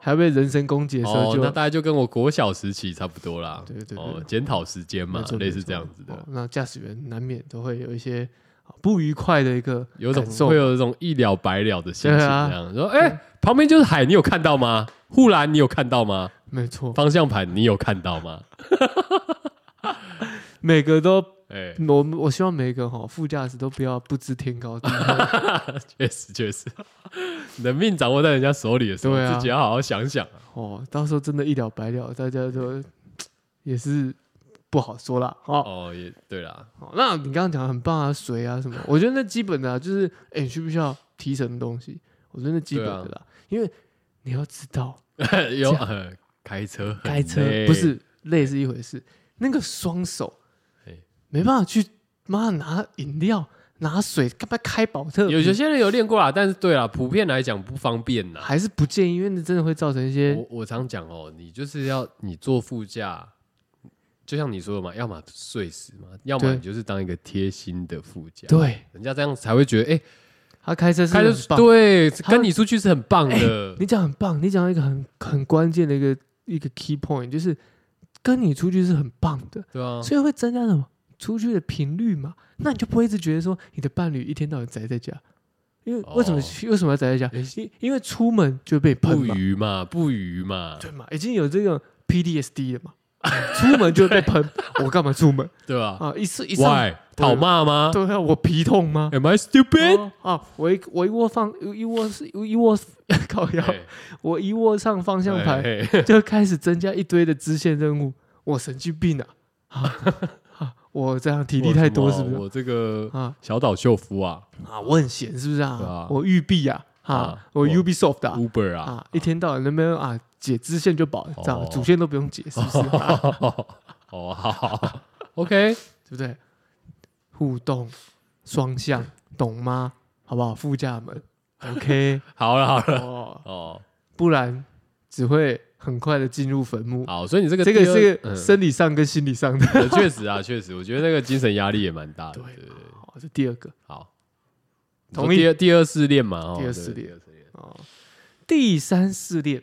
还要被人身攻击的时候哦，就，那大概就跟我国小时期差不多啦，对对对哦，检讨时间嘛没，错类似没错这样子哦的，那驾驶员难免都会有一些啊不愉快的一个有种感受会有一种一了百了的心情，对啊这样说，哎，旁边就是海，你有看到吗？护栏你有看到吗？没错，方向盘你有看到吗？每个都 哎，我我希望每个哈、副驾驶都不要不知天高地厚，确实确实，你的命掌握在人家手里的时候，对啊自己要好好想想啊。哦，到时候真的一了百了，大家都也是不好说啦。哦。哦，也对啦，哦，那你刚刚讲的很棒啊，水啊什么，我觉得那基本的、啊、就是， 哎、你需不需要提什么东西？我觉得那基本的啦，啊因为你要知道，有这样呃开车很开车累不是累是一回事，那个双手嘿没办法去，妈拿饮料拿水，干嘛开保特瓶？有有些人有练过啦，但是对啦，普遍来讲不方便啦。还是不建议，因为那真的会造成一些我我常讲哦，你就是要你坐副驾，就像你说的嘛，要么睡死嘛，要么对你就是当一个贴心的副驾，，对，人家这样才会觉得哎、他开车是开很车棒，对，他哎们跟你出去是很棒的。你讲很棒，你讲到一个很很关键的一个一个 key point，就是跟你出去是很棒的，对啊，所以会增加什么出去的频率嘛？那你就不会一直觉得说你的伴侣一天到晚宅在家，因为为什么、哦为什么要宅在家？因因为出门就被喷不嘛，愉嘛，不愉嘛，对嘛，已经有这个 PDSD 了嘛，出门就会被 喷，我干嘛出门对吧啊？一次一上， ？Why 讨骂吗对啊，我皮痛吗？ ？Am I stupid？哦啊，我一我一握放一握一握 靠腰，哎我一握上方向盘，哎哎 就开始增加一堆的支线任务，我神经病啊！ 啊我这样体力太多我是什么不是？我这个啊小岛秀夫啊啊，我很闲是不是啊？对啊我育碧啊，啊啊，我我 Ubisoft 啊， ，Uber 啊，啊，一天到晚那边啊解支线就饱，这样哦主线都不用解，是不 是？啊哦，好好好，OK，对不对？互动双向，懂吗？好不好？副驾们 ，OK 好了好了，哦，哦，不然只会很快的进入坟墓。好，所以你啊这个这个第二是个嗯生理上跟心理上的。呃确实啊，确实，我觉得那个精神压力也蛮大的。对对对，对好，这哦第二个好，你同说意第二第二试炼嘛，哦第二对试炼第二试炼，哦，第三试炼，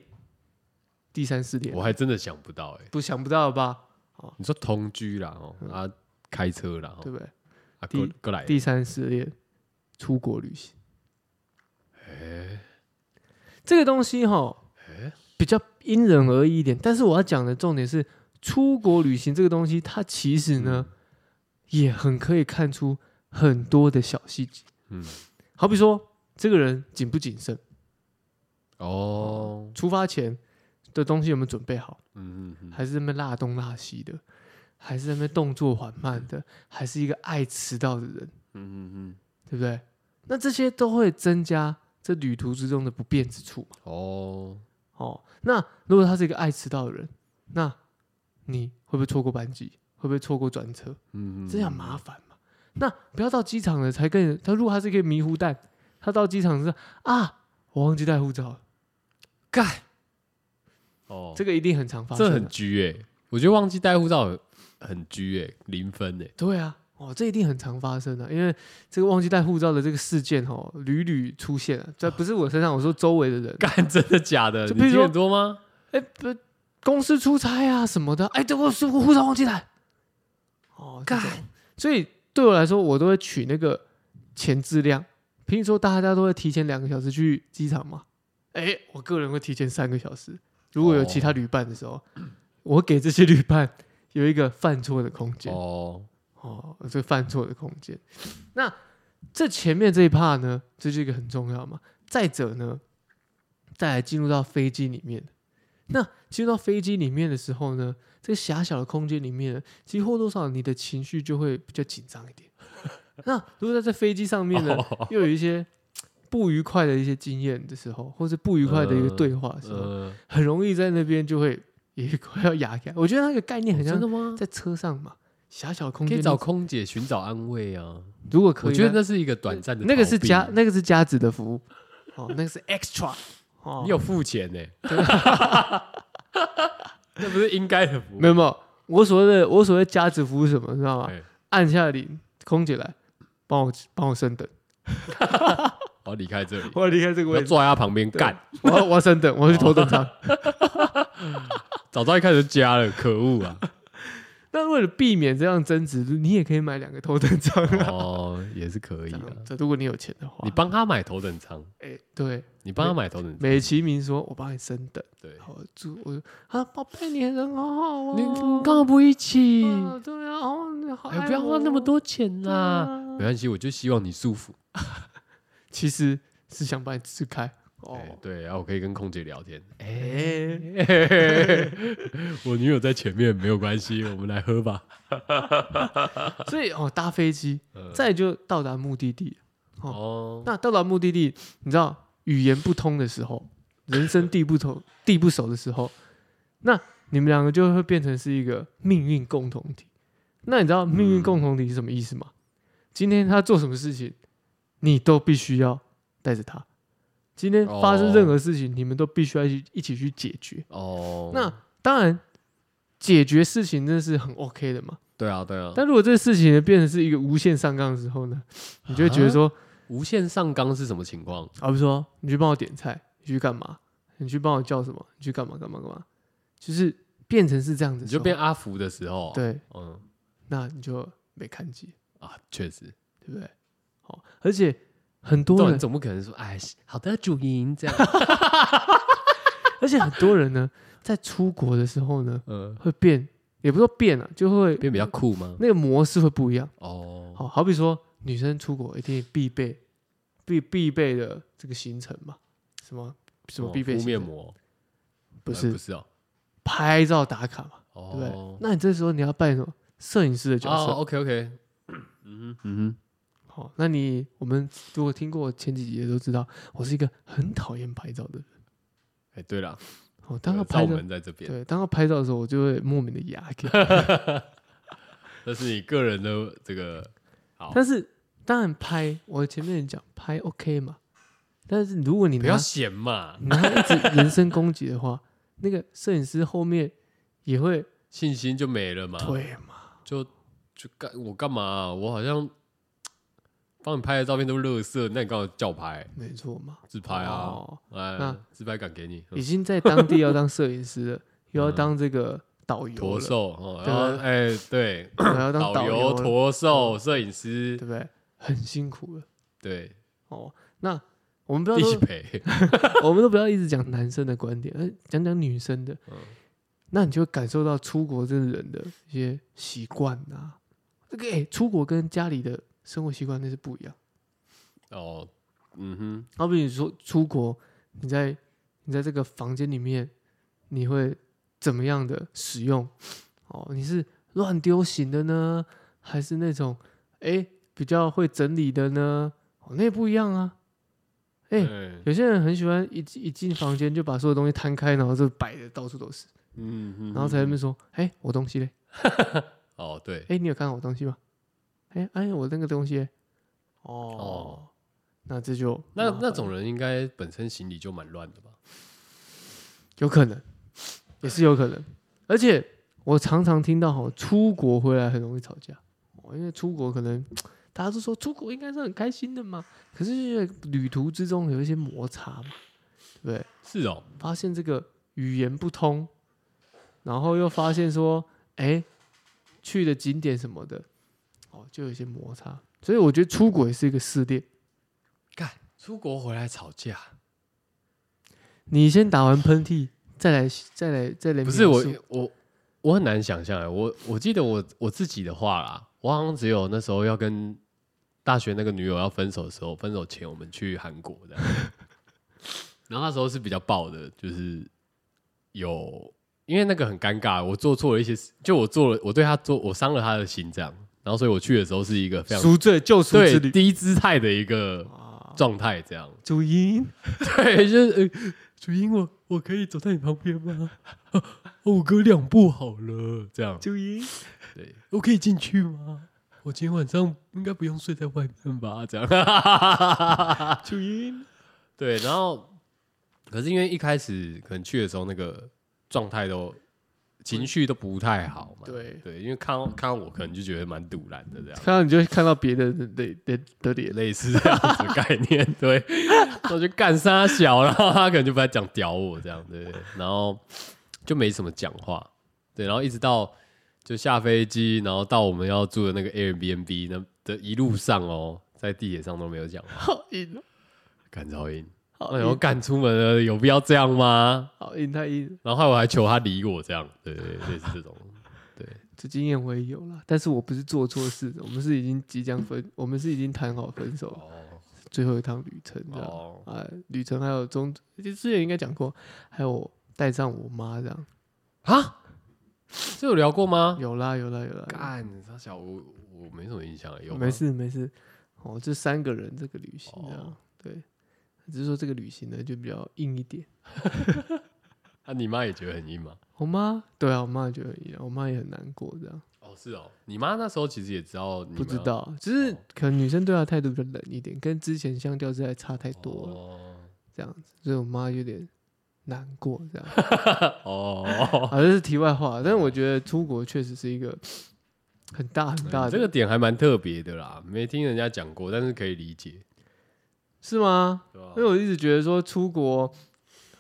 第三试炼我，还真的想不到哎。不想不到了吧？你说同居啦，哦嗯啊，开车啦，对哦不对？啊，第过过来，第三失恋，出国旅行哎这个东西哈，哎，比较因人而异一点。但是我要讲的重点是，出国旅行这个东西，它其实呢，嗯也很可以看出很多的小细节。嗯，好比说，这个人谨不谨慎，哦，出发前的东西有没有准备好，嗯嗯嗯，还是在那边辣东辣西的，还是在那边动作缓慢的，还是一个爱迟到的人，嗯嗯对不对？那这些都会增加这旅途之中的不便之处嘛。嗯，哦，哦，那如果他是一个爱迟到的人，那你会不会错过班机？会不会错过转车？嗯，嗯这样麻烦嘛？那不要到机场了才跟人他，如果他是一个迷糊蛋，他到机场是啊，我忘记带护照了，盖，哦，这个一定很常发生这啊。很拘哎，我觉得忘记带护照很很拘哎，零分哎，对啊，哦，这一定很常发生的、因为这个忘记带护照的这个事件哦，屡屡出现啊。这不是我身上，我说周围的 人，干，真的假的？就你比如听说很多吗？哎，不，公司出差啊什么的，哎，对，我是我护照忘记带。哦，这种干所以对我来说，我都会取那个前质量。平时说大家都会提前两个小时去机场嘛，哎，我个人会提前三个小时。如果有其他旅伴的时候，我给这些旅伴有一个犯错的空间哦哦，这个犯错的空间。那这前面这一 part 呢，这就是一个很重要嘛。再者呢，再来进入到飞机里面。那进入到飞机里面的时候呢，这个狭小的空间里面呢，其实或多或少你的情绪就会比较紧张一点。 那如果在这飞机上面呢，哦又有一些不愉快的一些经验的时候，或是不愉快的一个呃对话的时候，呃，很容易在那边就会也 快要哑开。我觉得那个概念很像呃真的吗？在车上嘛，狭小空可间以里，找空姐寻找安慰啊。如果可以，我觉得那是一个短暂的，欸那个是加，，那个是加值的服务，哦，那个是 extra，哦，你有付钱 呢， 那不是应该的服务没有没啊有？我所谓的我所谓加值服务是什么，你知道吗哎？按下铃，空姐来帮我帮我升等，我要离开这里，我要离开这个我要位置，坐在他旁边干。我要我要升等，我要去头等 舱。早知道一开始就加了，可恶啊！ 那为了避免这样争执，你也可以买两个头等舱啊。哦，也是可以这的样。这如果你有钱的话，你帮他买头等舱，哎对，你帮他买头等舱，美其名说我帮你升等，对，好祝我啊宝贝你人好好哦，你你干嘛不一起？啊对啊，哦你好爱哎我，，不要花那么多钱对啦。啊没关哎系，我就希望你舒服。其实是想把你支开哦。哎对，然后我可以跟空姐聊 天。哎，哎，我女友在前面，没有关系，我们来喝吧。 所以哦，搭飞机，呃再就到达目的地。哦，那到达目的地，你知道语言不通的时候，人生地不同地不熟的时候，那你们两个就会变成是一个命运共同体。那你知道命运共同体是什么意思吗？今天他做什么事情，你都必须要带着他。今天发生任何事情，你们都必须要一起一起去解决。哦，那当然，解决事情真的是很 OK 的嘛。对啊，对啊。但如果这事情变成是一个无限上纲的时候呢，你就会啊觉得说，无限上纲是什么情况？而不是说你去帮我点菜，你去干嘛？你去帮我叫什么？你去干嘛干嘛干嘛？就是变成是这样子的你时就候，变阿福的时候，，对，嗯那你就没看见，啊，确实，对不对？好，而且很不多然人，总不可能说，哎，好的，主营这样， 而且很多人呢，在出国的时候呢，嗯，会变，也不是说变了、啊就会变比较酷吗？那个模式会不一样。哦，好好比说，女生出国一定必备必必备的这个行程嘛，什么什么哦必备敷行面程？膜？不呃是不是哦，拍照打卡嘛，对不对？哦，那你这时候你要扮演什么摄影师的角色？哦，OK OK，嗯哼嗯好，那你我们如果听过我前几集的都知道，我是一个很讨厌拍照的人。哼，哎，对了，哦，当他呃拍罩照，门在这边，对，当他拍照的时候，我就会莫名的 牙给。这是你个人的这个好，但是当然拍，我前面也讲拍 OK 嘛，但是如果你不拿要闲嘛，你拿一直人身攻击的话，那个摄影师后面也会信心就没了嘛，退嘛。就就干我干嘛啊？我好像帮你拍的照片都乐色，那你干嘛叫我拍没错嘛，自拍啊？哦，哎那，自拍杆给你，嗯已经在当地要当摄影师了，又要当这个导游嗯驼了，兽哦，对然后哎对，还要当导导游、游了，哦驼兽、摄影师对，不对？很辛苦了对，哦。那我们不要地说陪， 我们都不要一直讲男生的观点，而呃讲讲女生的，嗯那你就会感受到出国这人的一些习惯啊。这个哎、出国跟家里的生活习惯那是不一样。哦，嗯哼，好比你说出国，你在你在这个房间里面，你会怎么样的使用？哦，你是乱丢型的呢，还是那种哎、比较会整理的呢？哦，那也不一样啊。哎、嗯有些人很喜欢一进一进房间就把所有东西摊开，然后就摆的到处都是，嗯哼，然后才在那边说：“哎、我东西嘞？哦对哎、，你有看到我东西吗？哎、哎、我那个东西嘞哦，哦那这就那麻烦那种人应该本身行李就蛮乱的吧？有可能，也是有可能。而且我常常听到哈，出国回来很容易吵架，哦，因为出国可能大家都说出国应该是很开心的嘛，可是旅途之中有一些摩擦嘛，对不对？是哦，发现这个语言不通，然后又发现说，哎、去的景点什么的，哦，就有一些摩擦。所以我觉得出国也是一个试炼。干出国回来吵架，你先打完喷嚏，再来，再来，再来不描述。是我我我很难想象哎，我我记得我我自己的话啦，我好像只有那时候要跟 大学那个女友要分手的时候，分手前我们去韩国的，然后那时候是比较爆的，就是有因为那个很尴尬，我做错了一些事，就我做了，我对他做，我伤了他的心这样。然后所以我去的时候是一个非常赎罪救赎对之旅低姿态的一个啊，状态这样。主音 对，就是、呃、主英，我我可以走在你旁边吗？ 哦我隔两步好了，这样。主音，对，我可以进去吗？我今天晚上应该不用睡在外面吧？这样。主音， 对，然后可是因为一开始可能去的时候那个状态都情绪都不太好嘛，对对，因为看到看到我可能就觉得蛮堵然的这样。看到你就会看到别的人的的的脸，类似这样子的概念， 对，我就干杀小，然后他可能就不太讲屌我这样，对，然后就没什么讲话，对，然后一直到就下飞机，然后到我们要住的那个 Airbnb 那的一路上哦，在地铁上都没有讲话，好硬哦，干噪音，好那我硬，干出门了，有必要这样吗？好硬，太硬了。然后后来我还求他理我这样，对对，对类似这种，对，这经验我也有了，但是我不是做错事的，我们是已经即将分，我们是已经谈好分手了，哦最后一趟旅程这样。哦，啊、旅程还有中，之前应该讲过，还有带上我妈这样，啊，这有聊过吗？有啦有啦有啦，有啦干，他小我我没什么印象，欸有吗没事没事，哦，这三个人这个旅行这样，哦对，只是说这个旅行呢就比较硬一点。啊，你妈也觉得很硬吗？我妈对啊，我妈也觉得很硬啊，我妈也很难过这样，哦，是哦，你妈那时候其实也知道你们不要，知道，就是哦可能女生对她态度比较冷一点，跟之前相较之下差太多了，哦这样子，所以我妈有点难过这样。 哦，啊，这是题外话，但是我觉得出国确实是一个很大很大的，嗯这个点还蛮特别的啦，没听人家讲过，但是可以理解，是吗？对吧因为？我一直觉得说出国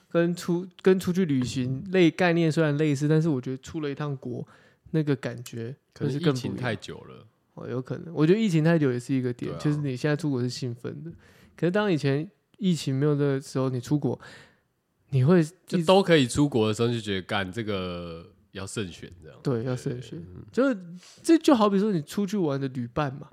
跟出跟出去旅行类概念虽然类似，但是我觉得出了一趟国那个感觉可就是是更疫不情一太样久了，哦，有可能。我觉得疫情太久也是一个点，对啊就是你现在出国是兴奋的，可是当以前疫情没有的时候，你出国你会就一直都可以出国的时候就觉得干这个要慎选这样。对要慎选，嗯就是这就好比说你出去玩的旅伴嘛，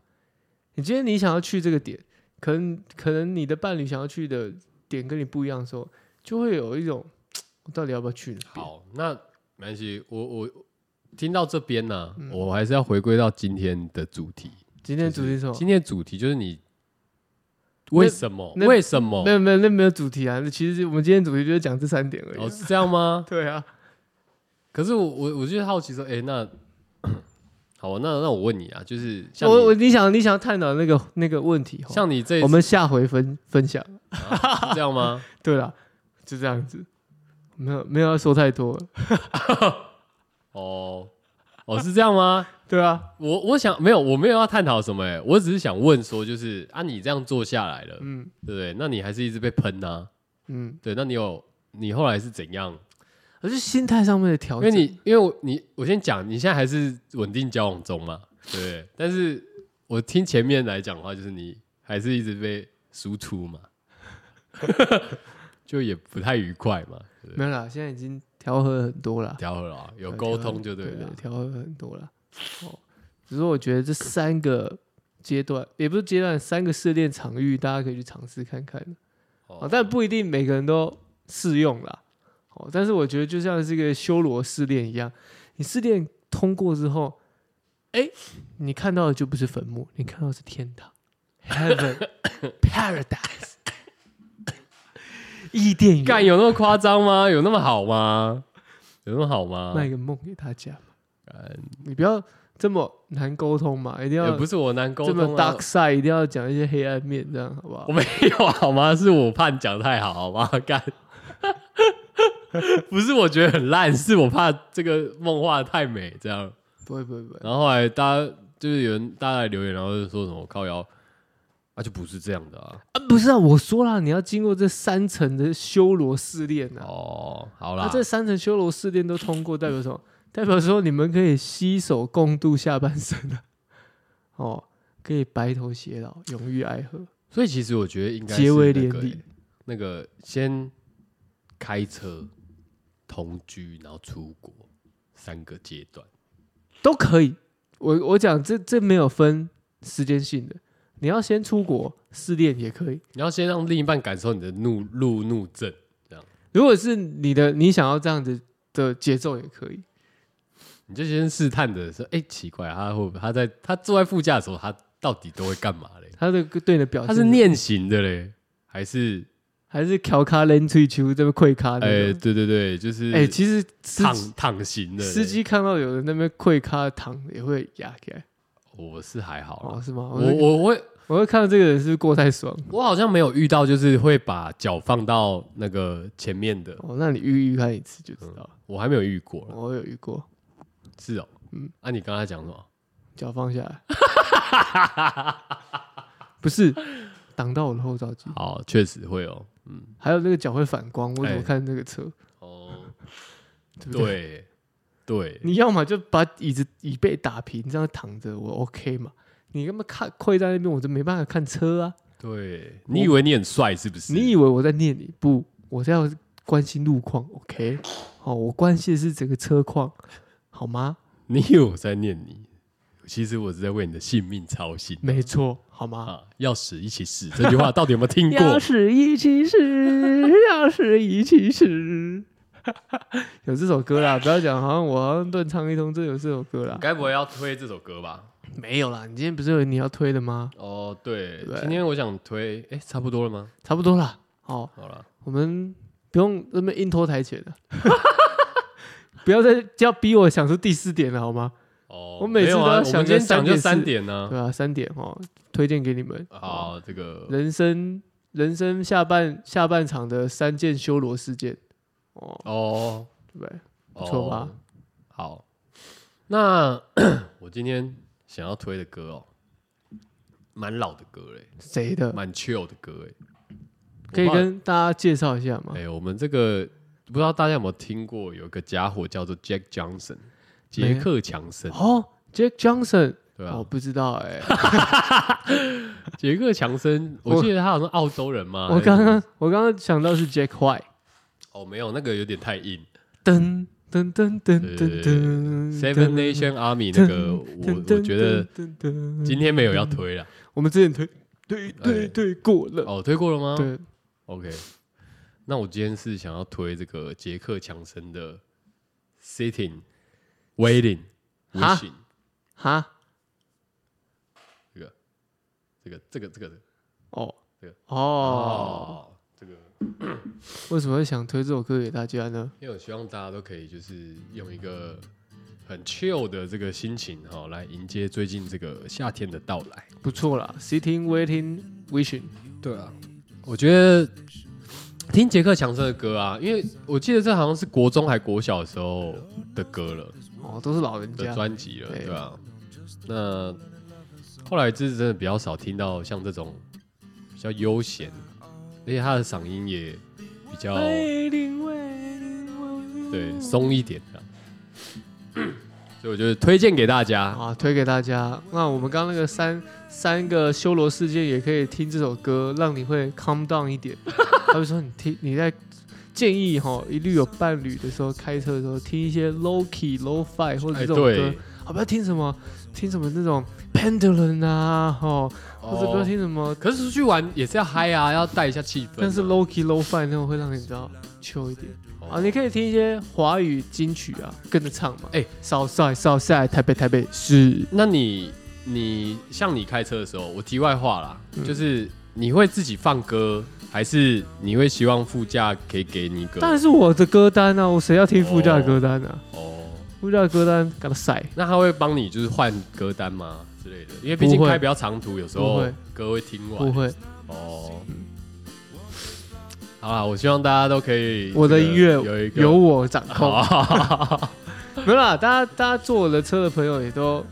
你今天你想要去这个点，可能可能你的伴侣想要去的点跟你不一样的时候，就会有一种我到底要不要去那边？好，那没关系，我我听到这边呢，我还是要回归到今天的主题。嗯今天的主就题是什么？今天的主题就是你为什么？那为什么没？有没有，那没有主题啊。那其实我们今天主题就是讲这三点而已啊、哦，是这样吗？对啊，可是我我我就是好奇说，哎、那 好，那那我问你啊，就是像我我你你想你想探讨那个那个问题哈，像你这一我们下回分分享。啊是这样吗？对啦，就这样子，没有没有要说太多了。哦哦，是这样吗？对啊，我我想没有，我没有要探讨什么、欸，我只是想问说，就是啊，你这样做下来了，嗯对不对？那你还是一直被喷呐、嗯，对，那你有你后来是怎样？而是心态上面的因调为整。你因为我你我先讲，你现在还是稳定交往中嘛，对不对？但是我听前面来讲的话，就是你还是一直被输出嘛， 就也不太愉快嘛，对不对没有啦，现在已经调和很多啦，调和了啊，有对沟呃调和通就对对了。调和很多啦。哦，只是我觉得这三个阶段，也不是阶段，三个试炼场域，大家可以去尝试看看。哦啊，但不一定每个人都适用啦。哦，但是我觉得就像是一个修罗试炼一样，你试炼通过之后，哎，你看到的就不是坟墓，你看到的是天堂 ，Heaven Paradise，伊甸干园。有那么夸张吗？有那么好吗？有那么好 吗？卖个梦给大家嘛，干你不要这么难沟通嘛，一定嗯也要不是我难沟这么通啊 dark，side，一定要讲一些黑暗面，这样好不好 我？没有啊好吗？是我怕你讲太好好吗？干， 不是我觉得很烂，是我怕这个梦画得太美这样。不会不会不啊会，然后后来大家就是有人大家来留言，然后就说什么靠腰啊，就不是这样的啊。啊不是啊，我说了，你要经过这三层的修罗试炼啊。哦，好那、啦，这三层修罗试炼都通过，代表 什么？代表说你们可以携手共度下半生了、哦，可以白头偕老，永浴爱河，所以其实我觉得应该是结那为个连理欸。那个先开车、同居，然后出国三个阶段。都可以。我我讲这这没有分时间性的，你要先出国试炼也可以，你要先让另一半感受你的怒路怒症，如果是你的，你想要这样子的节奏也可以，你就先试探着说，哎、奇怪，他会不他在他坐在副驾的时候，他到底都会干嘛嘞？他的对你的表现他是念行的嘞，还是还是调卡连吹球这边跪卡哎、那种对对对，就是哎、其实司躺机躺行的嘞司机看到有人那边跪卡躺也会压起来我是还好啦哦，是吗？我我我我会我会看到这个人是不是过太爽我好像没有遇到，就是会把脚放到那个前面的，哦，那你遇遇看一次就知道了。哦我还没有遇过啦。嗯我有遇过，是哦，嗯，啊，你刚才讲什么？脚放下 来，不是挡到我的后照镜，好，确实会哦，还有那个脚会反光，我怎么哎看那个车？哦，对不对？对对，你要么就把椅子椅背打平，这样躺着我 OK 嘛？你干嘛看跪在那边，我就没办法看车啊！对，你以为你很帅是不是？你以为我在念你？不，我是要关心路况，OK？好，我关心的是整个车况，好吗？你以为我在念你，其实我是在为你的性命操心没错，好吗？啊！要死一起死这句话到底有没有听过 要？是一起死， 要是一起死。 有这首歌啦，不要讲，好像我好像乱唱一通，这有这首歌啦你，该不会要推这首歌吧？没有啦。你今天不是有你要推的吗？哦，对，对今天我想推，哎，差不多了吗？差不多啦，哦，好了，我们不用那么硬拖台前 了，不要再要逼我想出第四点了好吗？哦，我每次没有啊都要我想们这今天讲就三三点呢。对啊，三点哦，推荐给你们。好，这个人生人生下半下半场的三件修罗事件哦，哦，对不对？不不错吧好，那 我今天想要推的歌哦，蛮老的歌嘞，谁的？蛮 chill 的歌哎，可以我不知道跟大家介绍一下吗哎、？我们这个不知道大家有没有听过，有一个家伙叫做 Jack Johnson，杰没克强森，哦，Jack Johnson，对啊吧、哦，不知道 哎，杰克强森，我我记得他好像澳洲人嘛。还我是什么刚刚我刚刚想到是 Jack White，哦，没有，那个有点太硬。噔噔噔噔噔噔嗯，Seven Nation Army 那个，我我觉得得今天没有要推了。我们之前推对对哎对过了，哦，推过了吗？对， ，OK。那我今天是想要推这个杰克强森的 Sitting Waiting 哈 Wishing 哈，这个这个这个这个哦这个哦，，这个。为什么会想推这首歌给大家呢？因为我希望大家都可以就是用一个很 chill 的这个心情哈、来迎接最近这个夏天的到来。不错啦，Sitting Waiting Wishing，对啊，我觉得听杰克强森的歌啊，因为我记得这好像是国中还国小的时候的歌了哦，都是老人的家，专辑了，对对啊。那后来就是真的比较少听到像这种比较悠闲，而且他的嗓音也比较 Waiting, waiting, waiting 对松一点的， 所以我觉得推荐给大家。啊，推给大家。那我们刚刚那个三三个修罗世界也可以听这首歌，让你会 calm down 一 点。他们说你听你在建议哈，一律有伴侣的时候开车的时候听一些 low key、low fi 或者哎，这种歌啊对，，好不要听什么听什么那种 pendulum 啊，哦，或者不要哦听什么，可是出去玩也是要嗨啊，要带一下气氛啊。嗯但是 low key、low fi 那种会让你比较 chill 一点哦啊。你可以听一些华语金曲啊，跟着唱嘛。哎少帅少帅，台北台北是那你你像你开车的时候，我题外话啦，嗯就是你会自己放歌，还是你会希望副驾可以给你一当个？然是我的歌单啊，我谁要听副驾歌单啊？哦，副驾歌单给他塞，那他会帮你就是换歌单吗之类的？因为毕竟不会开比较长途，有时不候会歌会听不完。会，嗯哦，好啦，我希望大家都可以我的这个音乐有啊一个 由我掌控。好，没有啦，大家大家坐我的车的朋友也都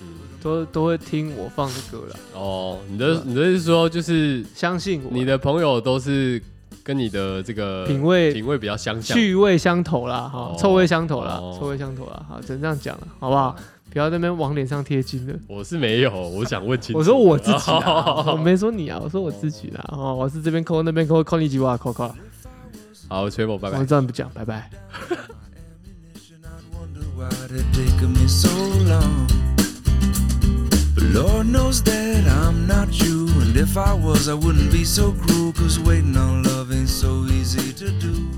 嗯都都会听我放的歌啦，哦，你啊的你的意思说就是相信我，你的朋友都是跟你的这个品味品味比较相像，趣味相投啦，哈哦，臭味相投啦哦，臭味相投啦，好，只能这样讲了，好不好？不要在那边往脸上贴金了。我是没有，我想问清楚。我说 我自己啊啦，哦我没说你啊，我说我自己啦。哦，我是这边抠那边抠，抠你几哇，抠抠。好，崔某，拜拜我。这样不讲，拜拜。 Premonition, I'd wonder why'd it take me so long. But Lord knows that I'm not you, and if I was, I wouldn't be so cruel, cause waiting on love ain't so easy to do.